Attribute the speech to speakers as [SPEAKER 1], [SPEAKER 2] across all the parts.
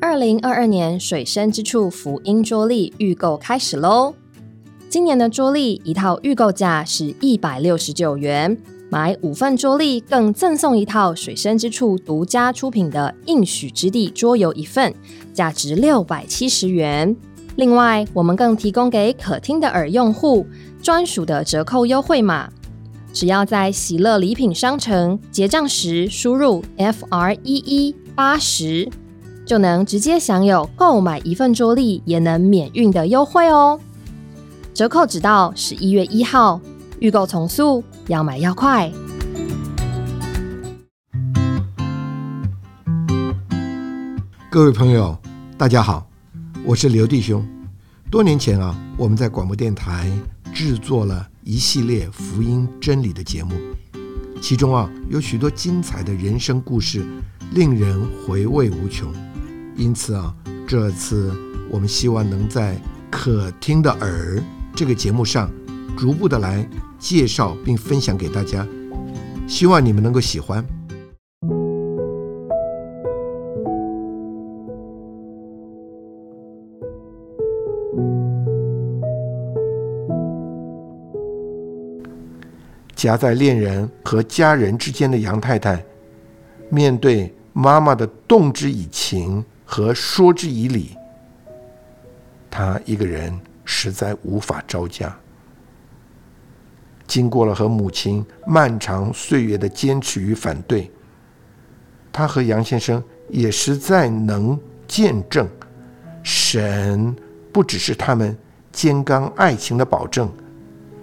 [SPEAKER 1] 二零二二年水深之处福音桌历预购开始喽！今年的桌历一套预购价是一百六十九元，买五份桌历更赠送一套水深之处独家出品的应许之地桌游一份，价值六百七十元。另外，我们更提供给可听的耳用户专属的折扣优惠码，只要在喜乐礼品商城结账时输入 F R 一一八十，就能直接享有购买一份桌历也能免运的优惠哦。折扣只到十一月一号，预购从速，要买要快。
[SPEAKER 2] 各位朋友，大家好，我是刘弟兄。多年前啊，我们在广播电台制作了一系列福音真理的节目，其中啊有许多精彩的人生故事，令人回味无穷。因此啊，这次我们希望能在《可听的耳》这个节目上，逐步的来介绍并分享给大家，希望你们能够喜欢。夹在恋人和家人之间的杨太太，面对妈妈的动之以情和说之以理，她一个人实在无法招架。经过了和母亲漫长岁月的坚持与反对，她和杨先生也实在能见证，神不只是他们坚刚爱情的保证。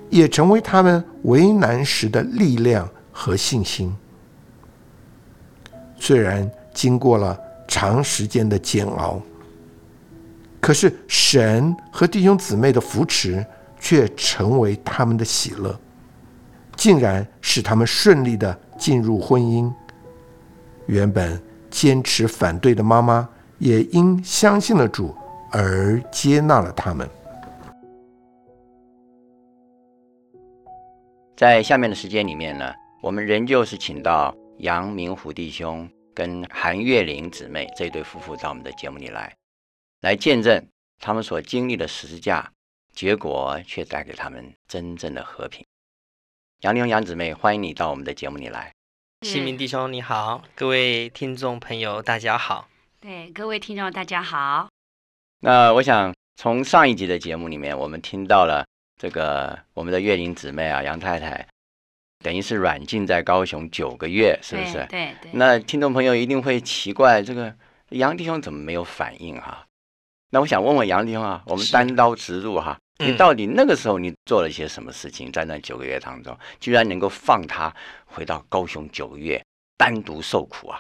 [SPEAKER 2] 也成为他们为难时的力量和信心。虽然经过了长时间的煎熬，可是神和弟兄姊妹的扶持却成为他们的喜乐，竟然使他们顺利的进入婚姻。原本坚持反对的妈妈，也因相信了主而接纳了他们。
[SPEAKER 3] 在下面的时间里面呢，我们仍旧是请到杨明虎弟兄跟韩月玲姊妹这对夫妇到我们的节目里来，来见证他们所经历的十字架，结果却带给他们真正的和平。杨弟兄、杨姊妹，欢迎你到我们的节目里来。
[SPEAKER 4] 新民弟兄你好，各位听众朋友大家好。
[SPEAKER 5] 对，各位听众大家好。
[SPEAKER 3] 那我想从上一集的节目里面，我们听到了。这个我们的月玲姊妹啊，杨太太，等于是软禁在高雄九个月，是不是？
[SPEAKER 5] 对对。
[SPEAKER 4] 哎
[SPEAKER 5] 对
[SPEAKER 3] 那听众朋友一定会奇怪，这个杨弟兄怎么没有反应哈、啊？那我想问问杨弟兄啊，我们单刀直入哈、啊，
[SPEAKER 4] 嗯
[SPEAKER 3] 你到底那个时候你做了些什么事情，在那九个月当中，居然能够放他回到高雄九个月单独受苦啊？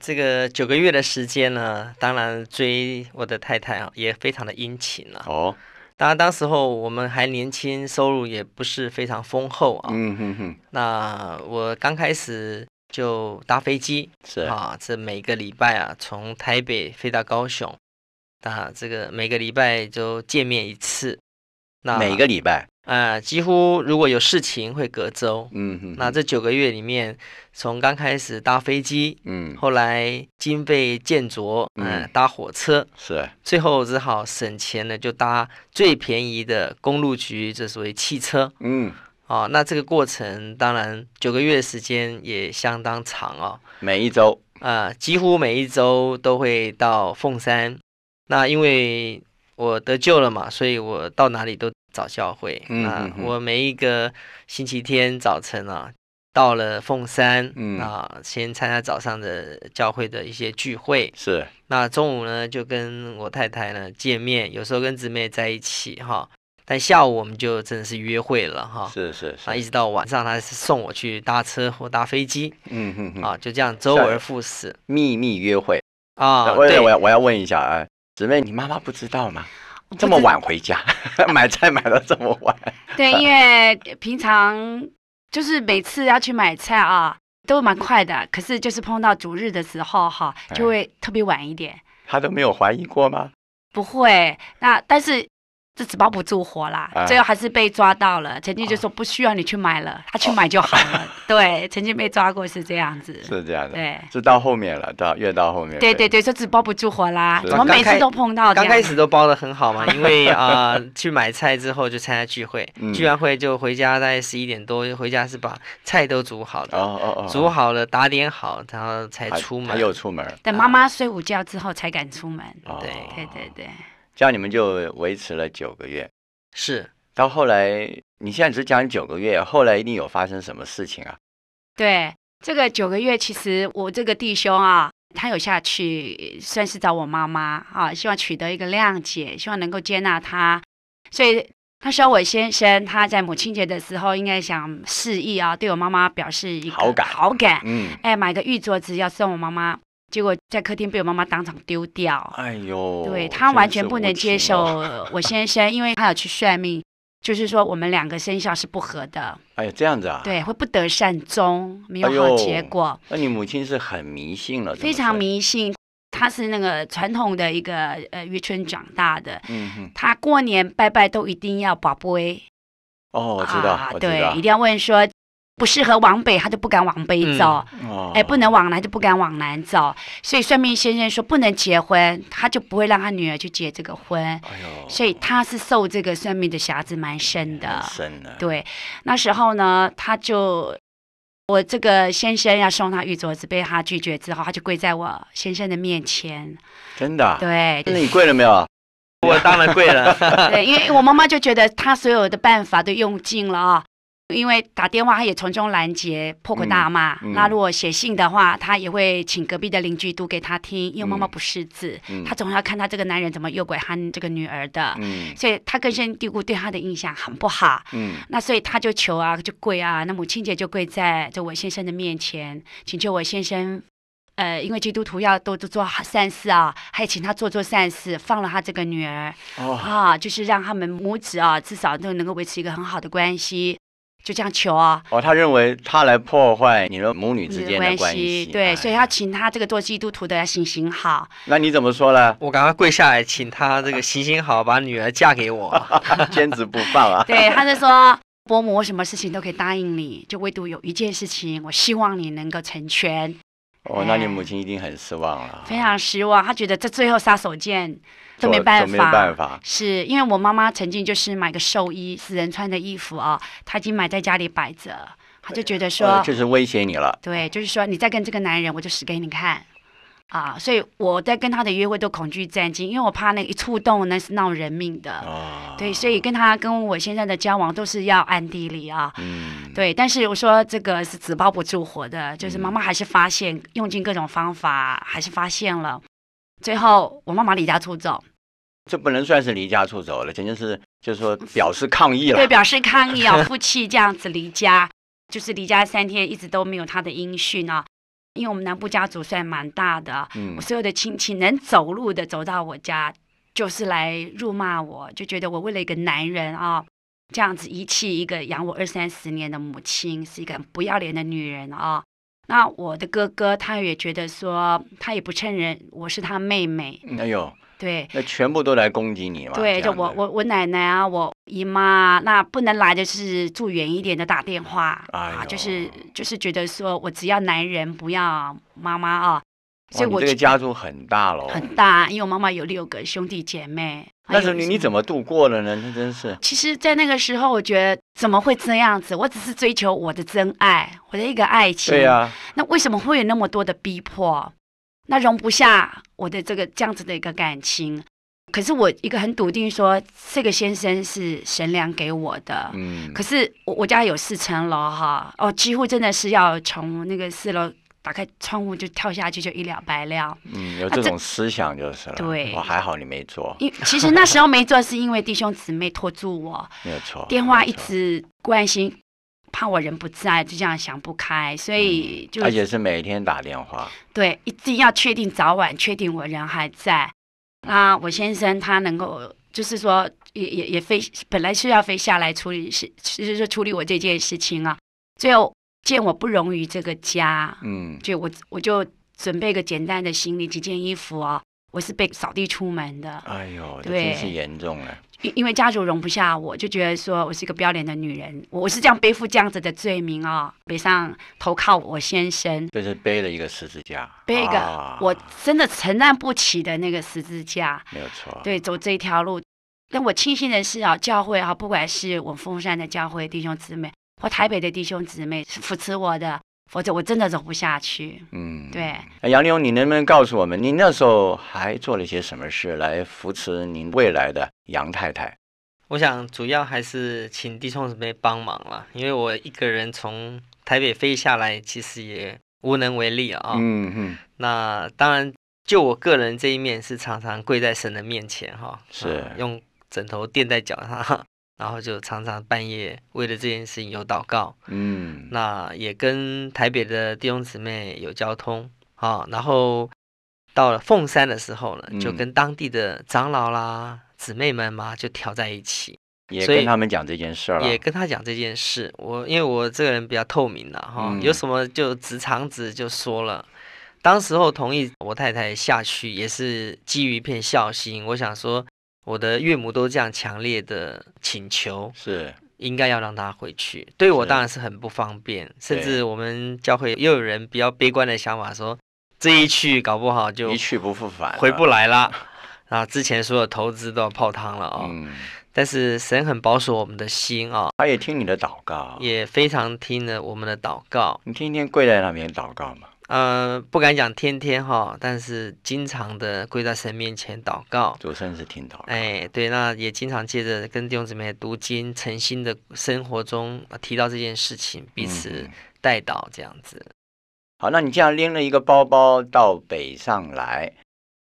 [SPEAKER 4] 这个九个月的时间呢，当然追我的太太啊，也非常的殷勤啊。
[SPEAKER 3] 哦。
[SPEAKER 4] 当然，当时候我们还年轻，收入也不是非常丰厚啊。
[SPEAKER 3] 嗯哼哼。
[SPEAKER 4] 那我刚开始就搭飞机，
[SPEAKER 3] 是
[SPEAKER 4] 啊，这每个礼拜啊，从台北飞到高雄，啊，这个每个礼拜就见面一次。那
[SPEAKER 3] 每个礼拜
[SPEAKER 4] 啊、呃，几乎如果有事情会隔周。
[SPEAKER 3] 嗯哼,哼。
[SPEAKER 4] 那这九个月里面，从刚开始搭飞机，
[SPEAKER 3] 嗯，
[SPEAKER 4] 后来经费见着，嗯、呃，搭火车。
[SPEAKER 3] 是，
[SPEAKER 4] 最后只好省钱了，就搭最便宜的公路局，这所谓汽车。
[SPEAKER 3] 嗯，
[SPEAKER 4] 哦，那这个过程当然九个月时间也相当长哦，
[SPEAKER 3] 每一周
[SPEAKER 4] 啊、呃，几乎每一周都会到凤山。那因为我得救了嘛，所以我到哪里都找教会。
[SPEAKER 3] 嗯、
[SPEAKER 4] 啊
[SPEAKER 3] 嗯，
[SPEAKER 4] 我每一个星期天早晨啊，到了凤山，
[SPEAKER 3] 嗯
[SPEAKER 4] 啊，先参加早上的教会的一些聚会。
[SPEAKER 3] 是，
[SPEAKER 4] 那中午呢，就跟我太太呢见面，有时候跟姊妹在一起哈，但下午我们就真的是约会了哈。
[SPEAKER 3] 是是是，
[SPEAKER 4] 啊，一直到晚上，她送我去搭车或搭飞机，
[SPEAKER 3] 嗯哼哼，
[SPEAKER 4] 啊，就这样周而复始，
[SPEAKER 3] 秘密约会
[SPEAKER 4] 啊。
[SPEAKER 3] 我我要我要问一下啊，姊妹，你妈妈不知道吗？ 这么晚回家，买菜买到这么晚。
[SPEAKER 5] 对，因为平常就是每次要去买菜啊，都蛮快的。可是就是碰到主日的时候哈、
[SPEAKER 3] 哎
[SPEAKER 5] 就会特别晚一点。
[SPEAKER 3] 他都没有怀疑过吗？
[SPEAKER 5] 不会。那但是这纸包不住火啦，
[SPEAKER 3] 啊
[SPEAKER 5] 最后还是被抓到了。陈静就说不需要你去买了，他去买就好 了。对，曾经被抓过是这样子。
[SPEAKER 3] 是这样的，
[SPEAKER 5] 对
[SPEAKER 3] 是到后面了，到越到后面，
[SPEAKER 5] 对对对，说纸包不住火啦，
[SPEAKER 3] 是
[SPEAKER 5] 怎么每次都碰到这
[SPEAKER 4] 刚
[SPEAKER 5] 样
[SPEAKER 4] 开始都包的很好嘛，因为啊、去买菜之后就参加聚会，
[SPEAKER 3] 嗯
[SPEAKER 4] 聚完会就回家，大概十一点多就回家，是把菜都煮好了，
[SPEAKER 3] 哦哦哦，
[SPEAKER 4] 煮好了打点好，然后才
[SPEAKER 3] 还
[SPEAKER 4] 出
[SPEAKER 3] 还
[SPEAKER 4] 门。
[SPEAKER 3] 有出门，
[SPEAKER 5] 等妈妈睡午觉之后才敢出门。
[SPEAKER 3] 哦
[SPEAKER 4] 对
[SPEAKER 5] 对对对，
[SPEAKER 3] 这样你们就维持了九个月。
[SPEAKER 4] 是
[SPEAKER 3] 到后来，你现在只讲九个月，后来一定有发生什么事情啊？
[SPEAKER 5] 对，这个九个月，其实我这个弟兄啊，他有下去，算是找我妈妈啊，希望取得一个谅解，希望能够接纳他。所以那时候我先生他在母亲节的时候，应该想示意啊，对我妈妈表示一个
[SPEAKER 3] 好感
[SPEAKER 5] 好感，
[SPEAKER 3] 嗯，
[SPEAKER 5] 哎，买个玉镯子要送我妈妈，结果在客厅被我妈妈当场丢掉。
[SPEAKER 3] 哎呦，
[SPEAKER 5] 对
[SPEAKER 3] 真
[SPEAKER 5] 他
[SPEAKER 3] 的
[SPEAKER 5] 完
[SPEAKER 3] 是
[SPEAKER 5] 全不
[SPEAKER 3] 无
[SPEAKER 5] 能接
[SPEAKER 3] 情
[SPEAKER 5] 受
[SPEAKER 3] 哦
[SPEAKER 5] 我先生，因为他有去算命，就是说我们两个生肖是不合的，
[SPEAKER 3] 哎呀，这样子啊？。
[SPEAKER 5] 对，会不得善终，没有
[SPEAKER 3] 哎
[SPEAKER 5] 好
[SPEAKER 3] 呦
[SPEAKER 5] 结果，
[SPEAKER 3] 那你母亲是很迷信了，这
[SPEAKER 5] 非
[SPEAKER 3] 么
[SPEAKER 5] 常
[SPEAKER 3] 说。
[SPEAKER 5] 迷信。他是那个传统的一个呃渔村长大的，
[SPEAKER 3] 嗯哼，
[SPEAKER 5] 他过年拜拜都一定要保杯，
[SPEAKER 3] 哦，我知道，
[SPEAKER 5] 啊
[SPEAKER 3] 我，知
[SPEAKER 5] 对，
[SPEAKER 3] 道
[SPEAKER 5] 一。定要问说不适合往北，他就不敢往北
[SPEAKER 4] 嗯
[SPEAKER 5] 走。
[SPEAKER 3] 哦，
[SPEAKER 5] 哎，不能往南就不敢往南走，所以算命先生说不能结婚，他就不会让他女儿去结这个婚。
[SPEAKER 3] 哎呦，
[SPEAKER 5] 所以他是受这个算命的匣子蛮深的
[SPEAKER 3] 很。深啊的，
[SPEAKER 5] 对，那时候呢，他就我这个先生要送他玉镯子，被他拒绝之后，他就跪在我先生的面前。
[SPEAKER 3] 真的啊。
[SPEAKER 5] 对
[SPEAKER 3] 那你跪了没有啊？
[SPEAKER 4] 我当然跪 了，
[SPEAKER 5] 对，因为我妈妈就觉得他所有的办法都用尽了啊。因为打电话，他也从中拦截，破口大骂。
[SPEAKER 3] 嗯嗯
[SPEAKER 5] 那如果写信的话，他也会请隔壁的邻居读给他听，因为妈妈
[SPEAKER 3] 嗯
[SPEAKER 5] 不识字，
[SPEAKER 3] 嗯
[SPEAKER 5] 他总要看他这个男人怎么诱拐他这个女儿的，
[SPEAKER 3] 嗯
[SPEAKER 5] 所以他根深蒂固对他的印象很不好。
[SPEAKER 3] 嗯，
[SPEAKER 5] 那所以他就求啊，就跪啊，那母亲节就跪在这我先生的面前，请求我先生，呃，因为基督徒要多多做善事啊，还请他做做善事，放了他这个女儿
[SPEAKER 3] 哦，
[SPEAKER 5] 啊，就是让他们母子啊，至少都能够维持一个很好的关系，就这样求啊。
[SPEAKER 3] 哦，他认为他来破坏你们母女之间的
[SPEAKER 5] 关
[SPEAKER 3] 关系，
[SPEAKER 5] 对，
[SPEAKER 3] 哎
[SPEAKER 5] 所以要请他这个做基督徒的要行行 好，
[SPEAKER 3] 那你怎么说呢？
[SPEAKER 4] 我赶快跪下来，请他这个行行好，把女儿嫁给我。
[SPEAKER 3] 坚持不放啊？
[SPEAKER 5] 对，他就说伯母，我什么事情都可以答应你，就唯独有一件事情，我希望你能够成全。
[SPEAKER 3] 哦，那你母亲一定很失望了，
[SPEAKER 5] 非常失望，他觉得这最后杀手锏啊都没
[SPEAKER 3] 做
[SPEAKER 5] 办
[SPEAKER 3] 都
[SPEAKER 5] 法，
[SPEAKER 3] 没办法。
[SPEAKER 5] 是因为我妈妈曾经就是买个寿衣，死人穿的衣服啊，她已经买在家里摆着，她就觉得说，
[SPEAKER 3] 呃就是威胁你了。
[SPEAKER 5] 对，就是说你再跟这个男人，我就死给你看啊！所以我在跟他的约会都恐惧战惊，因为我怕那一触动那是闹人命的。
[SPEAKER 3] 哦，
[SPEAKER 5] 对，所以跟他跟我现在的交往都是要暗地里啊，
[SPEAKER 3] 嗯，
[SPEAKER 5] 对，但是我说这个是纸包不住火的，就是妈妈还是发现，用尽各种方法，还是发现了。最后，我妈妈离家出走，
[SPEAKER 3] 这不能算是离家出走了，简直是就是说表示抗议了。
[SPEAKER 5] 对，表示抗议啊，夫妻这样子离家，就是离家三天，一直都没有她的音讯啊。因为我们南部家族算蛮大的，
[SPEAKER 3] 嗯
[SPEAKER 5] 我，所有的亲戚能走路的走到我家，就是来辱骂我，就觉得我为了一个男人啊，这样子遗弃一个养我二三十年的母亲，是一个很不要脸的女人啊。那我的哥哥他也觉得说，他也不承认我是他妹妹，
[SPEAKER 3] 哎呦，
[SPEAKER 5] 对。
[SPEAKER 3] 那全部都来攻击你嘛？
[SPEAKER 5] 对，
[SPEAKER 3] 这
[SPEAKER 5] 就
[SPEAKER 3] 样子
[SPEAKER 5] 我我我奶奶啊，我姨妈啊，那不能来的是住远一点的打电话、
[SPEAKER 3] 哎
[SPEAKER 5] 啊，
[SPEAKER 3] 呦
[SPEAKER 5] 就是就是觉得说我只要男人不要妈妈啊，所以
[SPEAKER 3] 哇你
[SPEAKER 5] 我
[SPEAKER 3] 这
[SPEAKER 5] 就
[SPEAKER 3] 个家族很大喽。
[SPEAKER 5] 很大，因为我妈妈有六个兄弟姐妹。
[SPEAKER 3] 哦那时候你你怎
[SPEAKER 5] 么？
[SPEAKER 3] 么度过了呢？
[SPEAKER 5] 嗯
[SPEAKER 3] 那真是
[SPEAKER 5] 其实，在那个时候，我觉得怎么会这样子？我只是追求我的真爱，我的一个爱情。
[SPEAKER 3] 对呀、啊
[SPEAKER 5] 那为什么会有那么多的逼迫？那容不下我的这个这样子的一个感情。可是我一个很笃定说，这个先生是神良给我的。
[SPEAKER 3] 嗯
[SPEAKER 5] 可，是我我家有四层楼哈，哦，几乎真的是要从那个四楼打开窗户就跳下去，就一了百了。
[SPEAKER 3] 嗯，有
[SPEAKER 5] 啊
[SPEAKER 3] 这
[SPEAKER 5] 这
[SPEAKER 3] 种思想就是了。
[SPEAKER 5] 啊对
[SPEAKER 3] 我还好你没做，
[SPEAKER 5] 因其实那时候没做，是因为弟兄姊妹拖住我，
[SPEAKER 3] 没有错。
[SPEAKER 5] 电话
[SPEAKER 3] 没有
[SPEAKER 5] 一
[SPEAKER 3] 错，
[SPEAKER 5] 直关心，怕我人不在，就这样想不开，所以
[SPEAKER 3] 嗯
[SPEAKER 5] 就、啊
[SPEAKER 3] 而且是每天打电话。
[SPEAKER 5] 对，一定要确定早晚，确定我人还在。那我先生他能够，就是说也也也飞，本来是要飞下来处理事，就是说处理我这件事情啊。最后见我不容于这个家，
[SPEAKER 3] 嗯
[SPEAKER 5] 就我我就准备一个简单的行李，几件衣服啊，我是被扫地出门的，
[SPEAKER 3] 哎呦，这
[SPEAKER 5] 对
[SPEAKER 3] 真是严重啊了。
[SPEAKER 5] 因因为家族容不下我，就觉得说我是一个不要脸的女人，我我是这样背负这样子的罪名哦，背上投靠我先生，
[SPEAKER 3] 这是背了一个十字架，
[SPEAKER 5] 背一个、
[SPEAKER 3] 啊
[SPEAKER 5] 我真的承担不起的那个十字架，
[SPEAKER 3] 没有错，，
[SPEAKER 5] 对，走这一条路。但我庆幸的是啊，教会啊，不管是我凤山的教会弟兄姊妹或台北的弟兄姊妹是扶持我的，否则我真的走不下去。
[SPEAKER 3] 嗯，
[SPEAKER 5] 对。
[SPEAKER 3] 哎杨牛，你能不能告诉我们，你那时候还做了些什么事来扶持您未来的杨太太？
[SPEAKER 4] 我想主要还是请弟兄姊妹帮忙啦，因为我一个人从台北飞下来，其实也无能为力啊。
[SPEAKER 3] 嗯嗯，
[SPEAKER 4] 那当然，就我个人这一面是常常跪在神的面前哈、
[SPEAKER 3] 是
[SPEAKER 4] 啊用枕头垫在脚上，然后就常常半夜为了这件事情有祷告。
[SPEAKER 3] 嗯，
[SPEAKER 4] 那也跟台北的弟兄姊妹有交通啊，然后到了凤山的时候呢，就
[SPEAKER 3] 嗯
[SPEAKER 4] 跟当地的长老啦、姊妹们嘛就调在一起，
[SPEAKER 3] 也
[SPEAKER 4] 所以
[SPEAKER 3] 跟他们讲这件事儿了，
[SPEAKER 4] 也跟他讲这件事。我因为我这个人比较透明的哈，
[SPEAKER 3] 嗯
[SPEAKER 4] 有什么就直肠子就说了。当时候同意我太太下去，也是基于一片孝心。我想说，我的岳母都这样强烈的请求，
[SPEAKER 3] 是
[SPEAKER 4] 应该要让他回去。对我
[SPEAKER 3] 是
[SPEAKER 4] 当然是很不方便，甚
[SPEAKER 3] 对
[SPEAKER 4] 至我们教会又有人比较悲观的想法说，这一去搞不好就
[SPEAKER 3] 一去不复返了，
[SPEAKER 4] 回不来啦。 啊，之前所有投资都要泡汤了
[SPEAKER 5] 啊
[SPEAKER 4] 哦。
[SPEAKER 3] 嗯，
[SPEAKER 4] 但是神很保守我们的心啊、
[SPEAKER 3] 他也听你的祷告，
[SPEAKER 4] 也非常听了我们的祷告。
[SPEAKER 3] 你天天跪在那边祷告嘛，
[SPEAKER 4] 呃，不敢讲天天哈、但是经常的跪在神面前祷告。
[SPEAKER 3] 主真是听祷告，
[SPEAKER 4] 哎，对，那也经常借着跟弟兄姊妹读经，诚心的生活中呃提到这件事情，彼此、
[SPEAKER 3] 嗯
[SPEAKER 4] 带到这样子。
[SPEAKER 3] 好，那你这样拎了一个包包到北上来，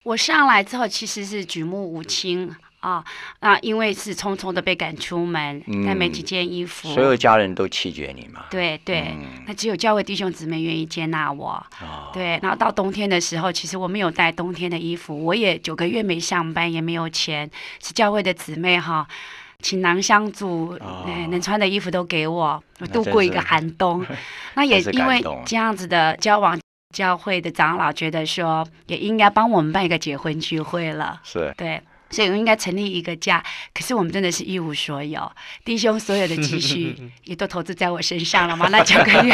[SPEAKER 5] 我上来之后其实是举目无亲啊，那、因为是匆匆的被赶出门，
[SPEAKER 3] 嗯
[SPEAKER 5] 带没几件衣服，
[SPEAKER 3] 所有家人都弃绝你嘛？
[SPEAKER 5] 对对，
[SPEAKER 3] 嗯
[SPEAKER 5] 那只有教会弟兄姊妹愿意接纳我。
[SPEAKER 3] 哦
[SPEAKER 5] 对，然后到冬天的时候，其实我没有带冬天的衣服，我也九个月没上班，也没有钱，是教会的姊妹哈。倾囊相助，
[SPEAKER 3] 哦
[SPEAKER 5] 哎，能穿的衣服都给我，我
[SPEAKER 3] 那
[SPEAKER 5] 度
[SPEAKER 3] 真
[SPEAKER 5] 过一
[SPEAKER 3] 是
[SPEAKER 5] 个寒 冬。那也
[SPEAKER 3] 真是
[SPEAKER 5] 因
[SPEAKER 3] 感
[SPEAKER 5] 为
[SPEAKER 3] 动
[SPEAKER 5] 这样子的交往，教会的长老觉得说，也应该帮我们办一个结婚聚会了。
[SPEAKER 3] 是
[SPEAKER 5] 对，所以我应该成立一个家。可是我们真的是一无所有，弟兄所有的积蓄 也都投资在我身上了嘛？那九个月，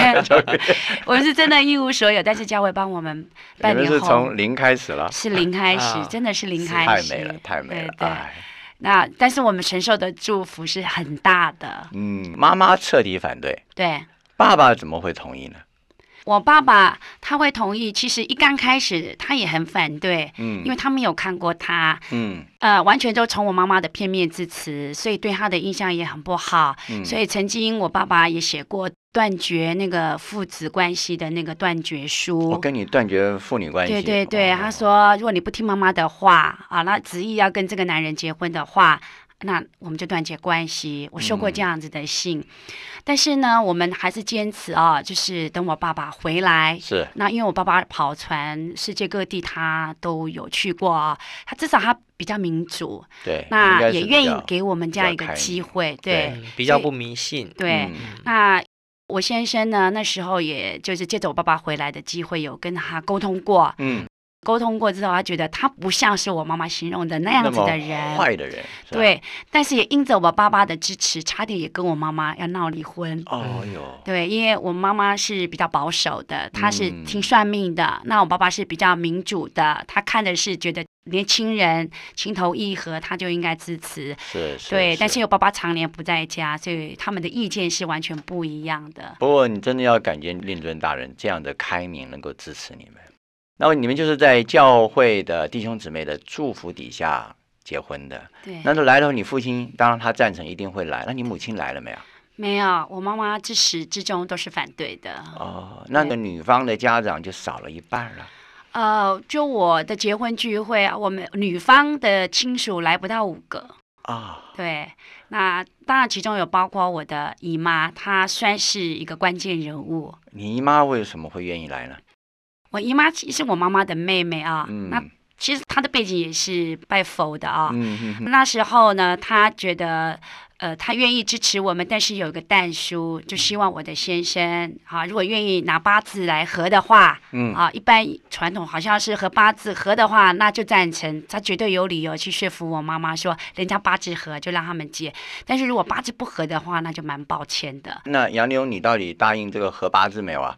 [SPEAKER 5] 我们是真的一无所有，但是教会帮我们
[SPEAKER 3] 你
[SPEAKER 5] 半
[SPEAKER 3] 们
[SPEAKER 5] 年
[SPEAKER 3] 是
[SPEAKER 5] 后
[SPEAKER 3] 从零开始了，
[SPEAKER 5] 是零开始，
[SPEAKER 4] 啊
[SPEAKER 5] 真的是零
[SPEAKER 4] 是
[SPEAKER 5] 开
[SPEAKER 3] 太
[SPEAKER 5] 始，
[SPEAKER 3] 美了，太美了，
[SPEAKER 5] 对对，
[SPEAKER 3] 哎，
[SPEAKER 5] 那但是我们承受的祝福是很大的，
[SPEAKER 3] 嗯，妈妈彻底反对，
[SPEAKER 5] 对。
[SPEAKER 3] 爸爸怎么会同意呢？
[SPEAKER 5] 我爸爸他会同意，其实一刚开始他也很反对，
[SPEAKER 3] 嗯
[SPEAKER 5] 因为他没有看过他，
[SPEAKER 3] 嗯
[SPEAKER 5] 呃，完全都从我妈妈的片面之词，所以对她的印象也很不好。
[SPEAKER 3] 嗯，
[SPEAKER 5] 所以曾经我爸爸也写过断绝那个父子关系的那个断绝
[SPEAKER 3] 我
[SPEAKER 5] 书。
[SPEAKER 3] 哦跟你断绝父女关系，
[SPEAKER 5] 对对对，
[SPEAKER 3] 哦
[SPEAKER 5] 他说如果你不听妈妈的话啊，那执意要跟这个男人结婚的话，那我们就断绝关系。我收过
[SPEAKER 3] 嗯
[SPEAKER 5] 这样子的信，但是呢，我们还是坚持啊，就是等我爸爸回来，
[SPEAKER 3] 是
[SPEAKER 5] 那因为我爸爸跑船，世界各地他都有去过啊，他至少他比较民主，
[SPEAKER 3] 对，应
[SPEAKER 5] 那
[SPEAKER 3] 该是
[SPEAKER 5] 也
[SPEAKER 3] 比
[SPEAKER 5] 愿意
[SPEAKER 3] 较
[SPEAKER 5] 给我们这样一个机会，对
[SPEAKER 4] 嗯比较不迷信。
[SPEAKER 5] 对。
[SPEAKER 3] 嗯
[SPEAKER 5] 那我先生呢，那时候也就是借着我爸爸回来的机会，有跟他沟通过，
[SPEAKER 3] 嗯，
[SPEAKER 5] 沟通过之后，他觉得他不像是我妈妈形容的那样
[SPEAKER 3] 嗯那
[SPEAKER 5] 子
[SPEAKER 3] 么
[SPEAKER 5] 的人，
[SPEAKER 3] 坏的人，是吧，
[SPEAKER 5] 对，但是也因着我爸爸的支持，差点也跟我妈妈要闹离婚。
[SPEAKER 3] 哦哟，
[SPEAKER 5] 对，因为我妈妈是比较保守的，她是
[SPEAKER 3] 嗯
[SPEAKER 5] 听算命的；那我爸爸是比较民主的，他看的是觉得年轻人情投意合，他就应该支持。
[SPEAKER 3] 是是，
[SPEAKER 5] 对，但是有爸爸常年不在家，所以他们的意见是完全不一样的。
[SPEAKER 3] 不过你真的要感谢令尊大人这样的开明，能够支持你们。那么你们就是在教会的弟兄姊妹的祝福底下结婚的。
[SPEAKER 5] 对，
[SPEAKER 3] 那就来了，你父亲当然他赞成一定会来，那你母亲来了没有？
[SPEAKER 5] 没有，我妈妈自始至终都是反对的。
[SPEAKER 3] 哦，那个女方的家长就少了一半了。
[SPEAKER 5] 呃，就我的结婚聚会啊，我们女方的亲属来不到五个。
[SPEAKER 3] 啊、
[SPEAKER 5] 对，那当然其中有包括我的姨妈，她算是一个关键人物。
[SPEAKER 3] 你姨妈为什么会愿意来呢？
[SPEAKER 5] 我姨妈其实是我妈妈的妹妹啊，
[SPEAKER 3] 嗯
[SPEAKER 5] 那其实她的背景也是拜佛的啊。
[SPEAKER 3] 嗯嗯嗯
[SPEAKER 5] 那时候呢，她觉得呃，他愿意支持我们，但是有一个但书，就希望我的先生啊，如果愿意拿八字来合的话，
[SPEAKER 3] 嗯
[SPEAKER 5] 啊，一般传统好像是合八字合的话，那就赞成，他绝对有理由去说服我妈妈说，人家八字合就让他们结，但是如果八字不合的话，那就蛮抱 歉的。
[SPEAKER 3] 那杨妞，你到底答应这个合八字没有啊？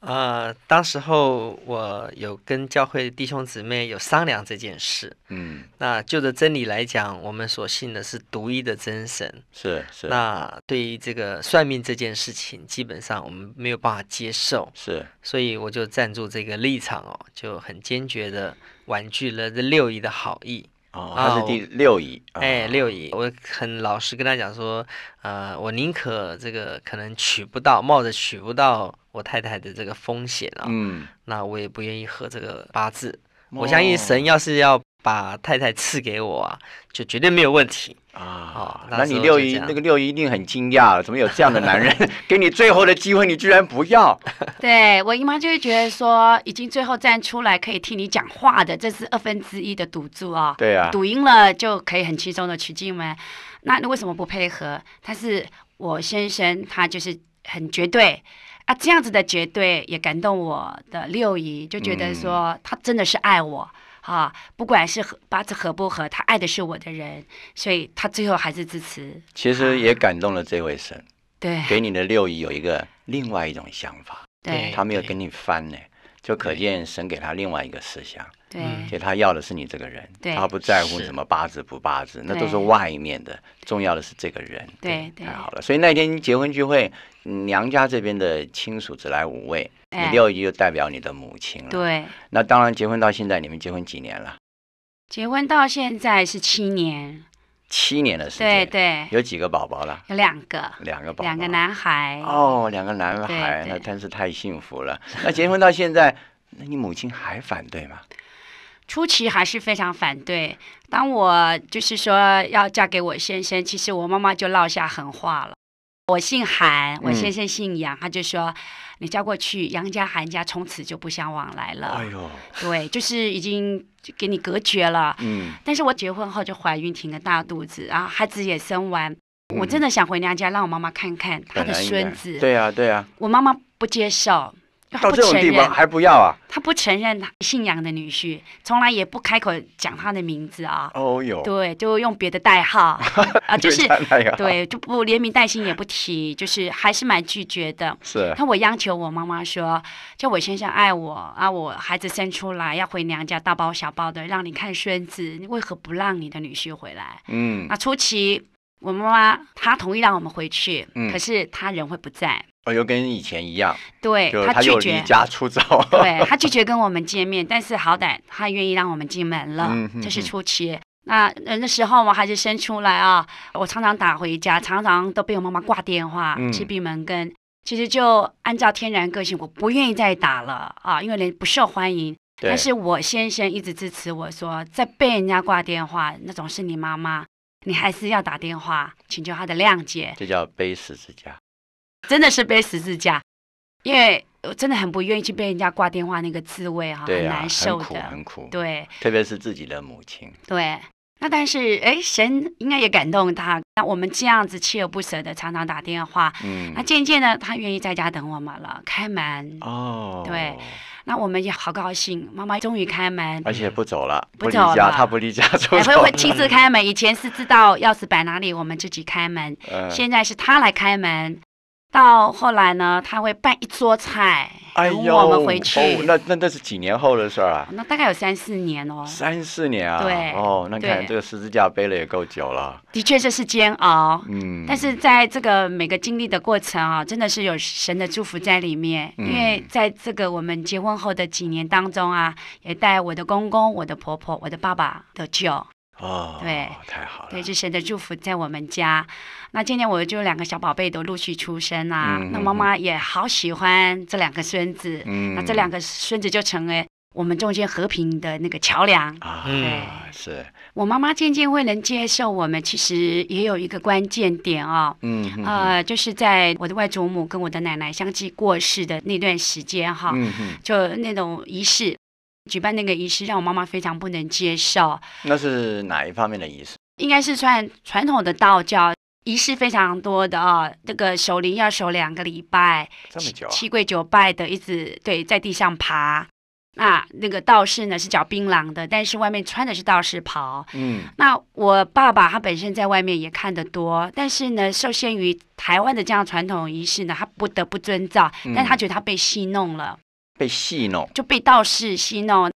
[SPEAKER 4] 呃，当时候我有跟教会弟兄姊妹有商量这件事。
[SPEAKER 3] 嗯，
[SPEAKER 4] 那就着真理来讲，我们所信的是独一的真神。
[SPEAKER 3] 是是
[SPEAKER 4] 那对于这个算命这件事情，基本上我们没有办法接受，
[SPEAKER 3] 是，
[SPEAKER 4] 所以我就站住这个立场哦，就很坚决的婉拒了这六姨的好意。
[SPEAKER 3] 哦，
[SPEAKER 4] 啊
[SPEAKER 3] 他是
[SPEAKER 4] 我
[SPEAKER 3] 第六仪，啊
[SPEAKER 4] 哎，六姨，我很老实跟他讲说，呃，我宁可这个可能娶不到，冒着娶不到我太太的这个风险啊、
[SPEAKER 3] 嗯，
[SPEAKER 4] 那我也不愿意合这个八字。我相信神
[SPEAKER 3] 哦
[SPEAKER 4] 要是要把太太赐给我啊，就绝对没有问题。
[SPEAKER 3] 啊
[SPEAKER 4] 哦，那
[SPEAKER 3] 那
[SPEAKER 4] 时
[SPEAKER 3] 你
[SPEAKER 4] 候
[SPEAKER 3] 六
[SPEAKER 4] 就
[SPEAKER 3] 姨
[SPEAKER 4] 这样
[SPEAKER 3] 那个六姨一定很惊讶，怎么有这样的男人？ 给你最后的机会，你居然不要？
[SPEAKER 5] 对我姨妈就会觉得说，已经最后站出来可以替你讲话的，这是二分之一的赌注啊、
[SPEAKER 3] 对 啊，
[SPEAKER 5] 赌赢了就可以很轻松的娶进门，那你为什么不配合？但是我先生他就是很绝对啊，这样子的绝对也感动我的六姨，就觉得
[SPEAKER 3] 嗯
[SPEAKER 5] 说他真的是爱我。啊，不管是合八字合不合，他爱的是我的人，所以他最后还是支持。
[SPEAKER 3] 其实也感动了这位神，
[SPEAKER 5] 对
[SPEAKER 3] 给你的六姨有一个另外一种想法，
[SPEAKER 5] 对
[SPEAKER 3] 他没有
[SPEAKER 4] 哎对
[SPEAKER 3] 跟你翻呢，就可见神给他另外一个思想，
[SPEAKER 5] 对
[SPEAKER 4] 嗯
[SPEAKER 3] 就他要的是你这个人，
[SPEAKER 5] 对
[SPEAKER 3] 他不在乎
[SPEAKER 4] 是
[SPEAKER 3] 什么八字不八字，那都是
[SPEAKER 5] 对
[SPEAKER 3] 外面的，重要的是这个人。
[SPEAKER 5] 对对
[SPEAKER 3] 太好了，所以那天结婚聚会，嗯娘家这边的亲属只来五位，你
[SPEAKER 5] 哎
[SPEAKER 3] 六姨就代表你的母亲了。，
[SPEAKER 5] 对，
[SPEAKER 3] 那当然结婚到现在，你们结婚几年了？
[SPEAKER 5] 结婚到现在是七年，
[SPEAKER 3] 七年的时
[SPEAKER 5] 对
[SPEAKER 3] 间。
[SPEAKER 5] 对，
[SPEAKER 3] 有几个宝宝了？
[SPEAKER 5] 有两个，
[SPEAKER 3] 两个宝宝。
[SPEAKER 5] 两个男孩。
[SPEAKER 3] 哦，两个男
[SPEAKER 5] 对
[SPEAKER 3] 孩，那
[SPEAKER 5] 对
[SPEAKER 3] 真是太幸福了。那结婚到现在，那你母亲还反对吗？
[SPEAKER 5] 初期还是非常反对。当我就是说要嫁给我先生，其实我妈妈就落下狠话了。我姓韩，
[SPEAKER 3] 嗯
[SPEAKER 5] 我先生姓杨，他就说你嫁过去，杨家、韩家从此就不相往来了。
[SPEAKER 3] 哎呦，
[SPEAKER 5] 对，就是已经给你隔绝了。
[SPEAKER 3] 嗯，
[SPEAKER 5] 但是我结婚后就怀孕，挺个大肚子，然后孩子也生完，我真的想回娘家让我妈妈看看她
[SPEAKER 3] 本
[SPEAKER 5] 的
[SPEAKER 3] 来嗯应该
[SPEAKER 5] 孙子。
[SPEAKER 3] 对呀、对呀、啊
[SPEAKER 5] 我妈妈不接受，她
[SPEAKER 3] 到
[SPEAKER 5] 不
[SPEAKER 3] 这种
[SPEAKER 5] 承
[SPEAKER 3] 地
[SPEAKER 5] 认
[SPEAKER 3] 方。还不要啊？
[SPEAKER 5] 他不承认他姓杨的女婿，从来也不开口讲他的名字啊。
[SPEAKER 3] 哦呦，
[SPEAKER 5] 对，就用别的代号 啊，就是
[SPEAKER 3] 人家那个，
[SPEAKER 5] 对，就不连名带姓也不提，就是还是蛮拒绝的。
[SPEAKER 3] 是
[SPEAKER 5] 那我央求我妈妈说，叫我先生爱我啊，我孩子生出来要回娘家，大包小包的让你看孙子，你为何不让你的女婿回来？
[SPEAKER 3] 嗯
[SPEAKER 5] 那，初期我妈妈她同意让我们回去，
[SPEAKER 3] 嗯
[SPEAKER 5] 可是她人会不在，
[SPEAKER 3] 哦，又跟以前一样，
[SPEAKER 5] 对
[SPEAKER 3] 就
[SPEAKER 5] 她
[SPEAKER 3] 他
[SPEAKER 5] 拒
[SPEAKER 3] 又离
[SPEAKER 5] 绝。
[SPEAKER 3] 家出走，
[SPEAKER 5] 对他拒绝跟我们见面，但是好歹他愿意让我们进门了，
[SPEAKER 3] 嗯哼
[SPEAKER 5] 这是
[SPEAKER 3] 哼
[SPEAKER 5] 初期。那呃那时候我还是生出来啊，我常常打回家，常常都被我妈妈挂电话
[SPEAKER 3] 嗯，
[SPEAKER 5] 去闭门羹。其实就按照天然个性，我不愿意再打了啊，因为人不受欢迎。
[SPEAKER 3] 对
[SPEAKER 5] 但是我先生一直支持我说，在被人家挂电话那种是你妈妈，你还是要打电话请求他的谅解。
[SPEAKER 3] 这叫背十字架。
[SPEAKER 5] 真的是背十字架，因为我真的很不愿意去被人家挂电话那个滋味哈、
[SPEAKER 3] 对
[SPEAKER 5] 啊很
[SPEAKER 3] 呀、
[SPEAKER 5] 难
[SPEAKER 3] 很
[SPEAKER 5] 受
[SPEAKER 3] 苦，
[SPEAKER 5] 的。
[SPEAKER 3] 很苦。，
[SPEAKER 5] 对
[SPEAKER 3] 特别是自己的母亲。
[SPEAKER 5] 对，那但是哎，神应该也感动他，那我们这样子锲而不舍的常常打电话，
[SPEAKER 3] 嗯
[SPEAKER 5] 那，渐渐的他愿意在家等我们了，开门，
[SPEAKER 3] 哦，
[SPEAKER 5] 对，那我们也好高兴，妈妈终于开门。
[SPEAKER 3] 而且不走了，
[SPEAKER 5] 不
[SPEAKER 3] 离
[SPEAKER 5] 走
[SPEAKER 3] 家，
[SPEAKER 5] 了
[SPEAKER 3] 他不离家 出
[SPEAKER 5] 哎，
[SPEAKER 3] 走
[SPEAKER 5] 会，会亲
[SPEAKER 3] 嗯
[SPEAKER 5] 自开门。以前是知道钥匙摆哪里，我们自己开门。
[SPEAKER 3] 嗯
[SPEAKER 5] 现在是他来开门，到后来呢，他会办一桌菜，
[SPEAKER 3] 哎
[SPEAKER 5] 等
[SPEAKER 3] 呦，
[SPEAKER 5] 我们回去。
[SPEAKER 3] 哦、那那那是几年后的事儿啊？
[SPEAKER 5] 哦那大概有三四年哦，
[SPEAKER 3] 三四年啊，
[SPEAKER 5] 对
[SPEAKER 3] 哦，那看
[SPEAKER 5] 对
[SPEAKER 3] 这个十字架背了也够久了，
[SPEAKER 5] 的确这是煎熬。
[SPEAKER 3] 嗯，
[SPEAKER 5] 但是在这个每个经历的过程啊，真的是有神的祝福在里面。
[SPEAKER 3] 嗯
[SPEAKER 5] 因为在这个我们结婚后的几年当中啊，也带我的公公、我的婆婆、我的爸爸得救，
[SPEAKER 3] 哦，
[SPEAKER 5] 对，
[SPEAKER 3] 太好了，
[SPEAKER 5] 对，这神的祝福在我们家。那渐渐我就两个小宝贝都陆续出生啊，
[SPEAKER 3] 嗯
[SPEAKER 5] 那妈妈也好喜欢这两个孙子，
[SPEAKER 3] 嗯，
[SPEAKER 5] 那这两个孙子就成为我们中间和平的那个桥梁。
[SPEAKER 3] 啊，
[SPEAKER 4] 嗯
[SPEAKER 3] 是，
[SPEAKER 5] 我妈妈渐渐会能接受我们，其实也有一个关键点啊、
[SPEAKER 3] 嗯，嗯，
[SPEAKER 5] 呃，就是在我的外祖母跟我的奶奶相继过世的那段时间哈，
[SPEAKER 3] 嗯嗯，
[SPEAKER 5] 就那种仪式，举办那个仪式让我妈妈非常不能接受，
[SPEAKER 3] 那是哪一方面的仪式？
[SPEAKER 5] 应该是算传统的道教，仪式非常多的啊、那个守灵要守两个礼拜，
[SPEAKER 3] 这么久啊
[SPEAKER 5] 七跪九拜的，一直对在地上爬。那那个道士呢是脚槟榔的，但是外面穿的是道士袍，
[SPEAKER 3] 嗯，
[SPEAKER 5] 那我爸爸他本身在外面也看得多，但是呢，受限于台湾的这样传统仪式呢，他不得不遵照，
[SPEAKER 3] 嗯
[SPEAKER 5] 但他觉得他被戏弄了，
[SPEAKER 3] 被戏弄，
[SPEAKER 5] 就被道士戏弄。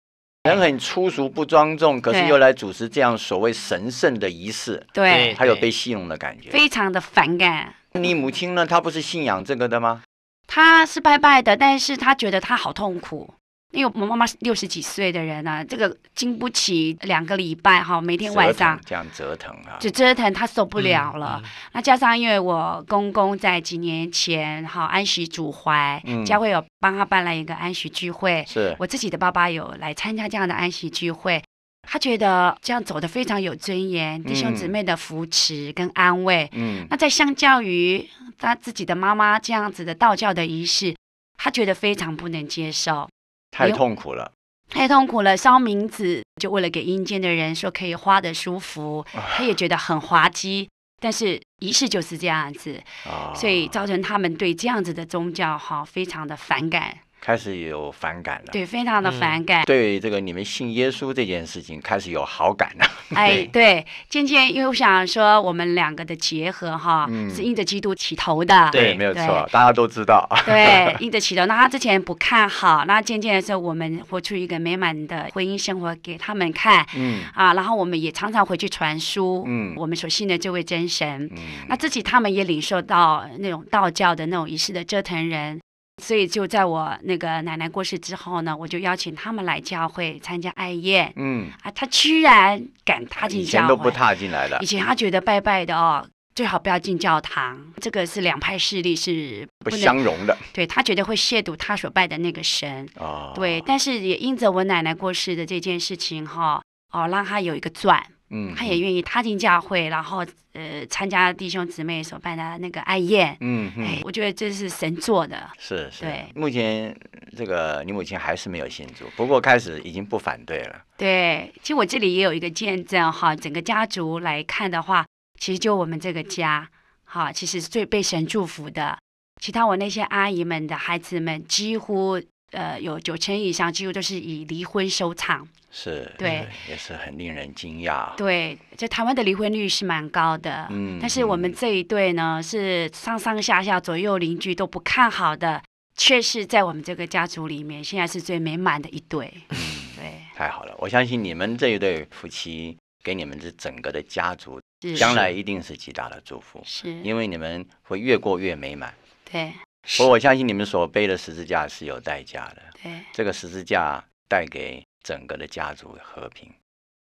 [SPEAKER 3] 人很粗俗不庄重，可是
[SPEAKER 5] 对
[SPEAKER 3] 又来主持这样所谓神圣的仪式，
[SPEAKER 5] 对，
[SPEAKER 3] 他有被戏弄的感觉。
[SPEAKER 5] 非常的反感。
[SPEAKER 3] 你母亲呢？她不是信仰这个的吗？
[SPEAKER 5] 他是拜拜的，但是他觉得他好痛苦，因为我妈妈是六十几岁的人啊，这个经不起两个礼拜哈，每天晚
[SPEAKER 3] 折
[SPEAKER 5] 上
[SPEAKER 3] 腾这样折腾啊，
[SPEAKER 5] 只折腾，他受不了了。
[SPEAKER 4] 嗯
[SPEAKER 5] 那加上因为我公公在几年前哈安息主怀，
[SPEAKER 3] 嗯
[SPEAKER 5] 教会有帮他办了一个安息聚会，
[SPEAKER 3] 是
[SPEAKER 5] 我自己的爸爸有来参加这样的安息聚会，他觉得这样走得非常有尊严，弟兄姊妹的扶持跟安慰。
[SPEAKER 3] 嗯
[SPEAKER 5] 那在相较于他自己的妈妈这样子的道教的仪式，他觉得非常不能接受，
[SPEAKER 3] 太痛苦了，
[SPEAKER 5] 太痛苦了。烧冥纸就为了给阴间的人说可以花的舒服，他也觉得很滑稽。但是仪式就是这样子，
[SPEAKER 3] 啊，
[SPEAKER 5] 所以造成他们对这样子的宗教哈非常的反感，
[SPEAKER 3] 开始有反感了。
[SPEAKER 5] 对，非常的反感。
[SPEAKER 3] 对这个你们信耶稣这件事情开始有好感了，
[SPEAKER 5] 哎，对，渐渐，因为我想说，我们两个的结合哈，
[SPEAKER 3] 嗯
[SPEAKER 5] 是因着基督起头的，
[SPEAKER 4] 对
[SPEAKER 3] 没有错，大家都知道。
[SPEAKER 5] 对，因着起头。那他之前不看好，那渐渐的时候，我们活出一个美满的婚姻生活给他们看
[SPEAKER 3] 嗯
[SPEAKER 5] 啊，然后我们也常常回去传输，
[SPEAKER 3] 嗯
[SPEAKER 5] 我们所信的这位真神，
[SPEAKER 3] 嗯
[SPEAKER 5] 那自己他们也领受到那种道教的那种仪式的折腾人。所以就在我那个奶奶过世之后呢，我就邀请他们来教会参加爱宴
[SPEAKER 3] 嗯，
[SPEAKER 5] 啊，他居然敢踏进
[SPEAKER 3] 以
[SPEAKER 5] 教
[SPEAKER 3] 前
[SPEAKER 5] 会，
[SPEAKER 3] 都不踏进来的
[SPEAKER 5] 以，前他觉得拜拜的哦，最好不要进教堂，这个是两派势力是
[SPEAKER 3] 不
[SPEAKER 5] 不能，
[SPEAKER 3] 相容的
[SPEAKER 5] 对他觉得会亵渎他所拜的那个神。
[SPEAKER 3] 啊。
[SPEAKER 5] 对，，但是也因着我奶奶过世的这件事情哈、哦，让他有一个转，
[SPEAKER 3] 嗯，
[SPEAKER 5] 他也愿意踏进教会，然后呃参加弟兄姊妹所办的那个爱宴。
[SPEAKER 3] 嗯嗯
[SPEAKER 5] 哎，我觉得这是神做的，
[SPEAKER 3] 是是
[SPEAKER 5] 对。
[SPEAKER 3] 目前这个你母亲还是没有信主，不过开始已经不反对了。
[SPEAKER 5] 对，其实我这里也有一个见证哈，整个家族来看的话，其实就我们这个家，哈，其实是最被神祝福的。其他我那些阿姨们的孩子们，几乎呃有九成以上，几乎都是以离婚收场。
[SPEAKER 3] 是，
[SPEAKER 5] 对，
[SPEAKER 3] 也是很令人惊讶。
[SPEAKER 5] 对，就台湾的离婚率是蛮高的，
[SPEAKER 3] 嗯
[SPEAKER 5] 但是我们这一对呢，是上上下下左右邻居都不看好的，却是在我们这个家族里面，现在是最美满的一对。
[SPEAKER 3] 嗯
[SPEAKER 5] 对，
[SPEAKER 3] 太好了，我相信你们这一对夫妻给你们这整个的家族，
[SPEAKER 5] 是
[SPEAKER 3] 将来一定是极大的祝福，
[SPEAKER 5] 是，
[SPEAKER 3] 因为你们会越过越美满。
[SPEAKER 5] 对
[SPEAKER 3] 不过我相信你们所背的十字架是有代价的，
[SPEAKER 5] 对。
[SPEAKER 3] 这个十字架带给整个的家族和平。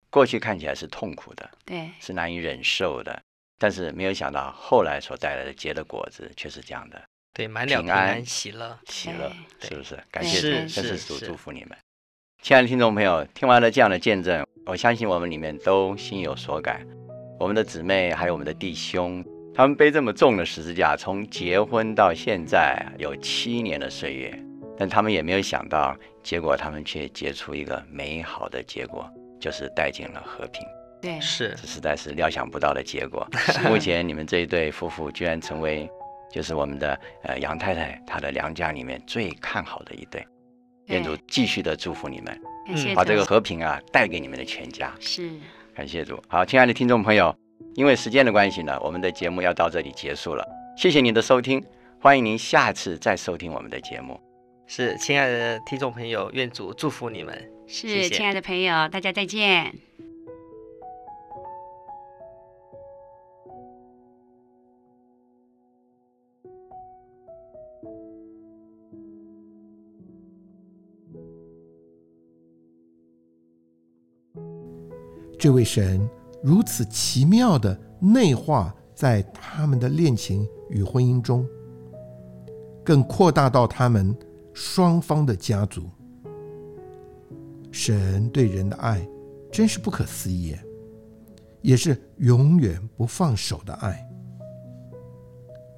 [SPEAKER 3] 过去看起来是痛苦的，
[SPEAKER 5] 对
[SPEAKER 3] 是难以忍受的，但是没有想到后来所带来的结的果子却是这样的
[SPEAKER 4] 对，满了
[SPEAKER 3] 平
[SPEAKER 4] 平
[SPEAKER 3] 安
[SPEAKER 4] 安喜乐。
[SPEAKER 3] 喜乐，
[SPEAKER 4] 对
[SPEAKER 3] 是不是？感谢
[SPEAKER 5] 是
[SPEAKER 3] 主，真是
[SPEAKER 4] 是
[SPEAKER 3] 主
[SPEAKER 4] 是
[SPEAKER 3] 祝福你们。亲爱的听众朋友，听完了这样的见证，我相信我们里面都心有所感。我们的姊妹还有我们的弟兄，他们背这么重的十字架，从结婚到现在有七年的岁月，但他们也没有想到，结果他们却结出一个美好的结果，就是带进了和平。
[SPEAKER 5] 对，
[SPEAKER 4] 是
[SPEAKER 3] 这实在是料想不到的结果。 目前你们这一对夫妇居然成为，就是我们的呃杨太太她的娘家里面最看好的一对。
[SPEAKER 5] 对
[SPEAKER 3] 愿主继续的祝福你们，
[SPEAKER 5] 感谢
[SPEAKER 4] 嗯
[SPEAKER 3] 把
[SPEAKER 5] 主
[SPEAKER 3] 这个和平啊带给你们的全家。
[SPEAKER 5] 是
[SPEAKER 3] 感谢主。好，亲爱的听众朋友，因为时间的关系呢，我们的节目要到这里结束了。谢谢您的收听，欢迎您下次再收听我们的节目。
[SPEAKER 4] 是，亲爱的听众朋友，愿主祝福你们。
[SPEAKER 5] 是，
[SPEAKER 4] 谢谢
[SPEAKER 5] 亲爱的朋友，大家再见。
[SPEAKER 2] 这位神如此奇妙的内化在他们的恋情与婚姻中，更扩大到他们双方的家族。神对人的爱真是不可思议耶，也是永远不放手的爱。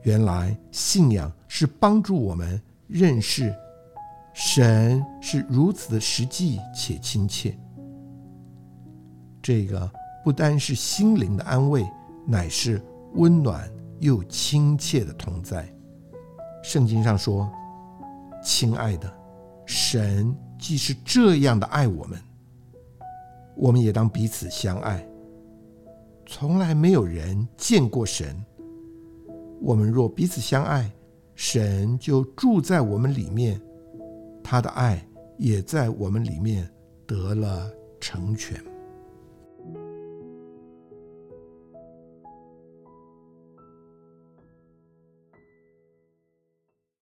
[SPEAKER 2] 原来信仰是帮助我们认识神是如此的实际且亲切。这个不单是心灵的安慰，乃是温暖又亲切的同在。圣经上说：“亲爱的，神既是这样的爱我们，我们也当彼此相爱。从来没有人见过神，我们若彼此相爱，神就住在我们里面，他的爱也在我们里面得了成全。”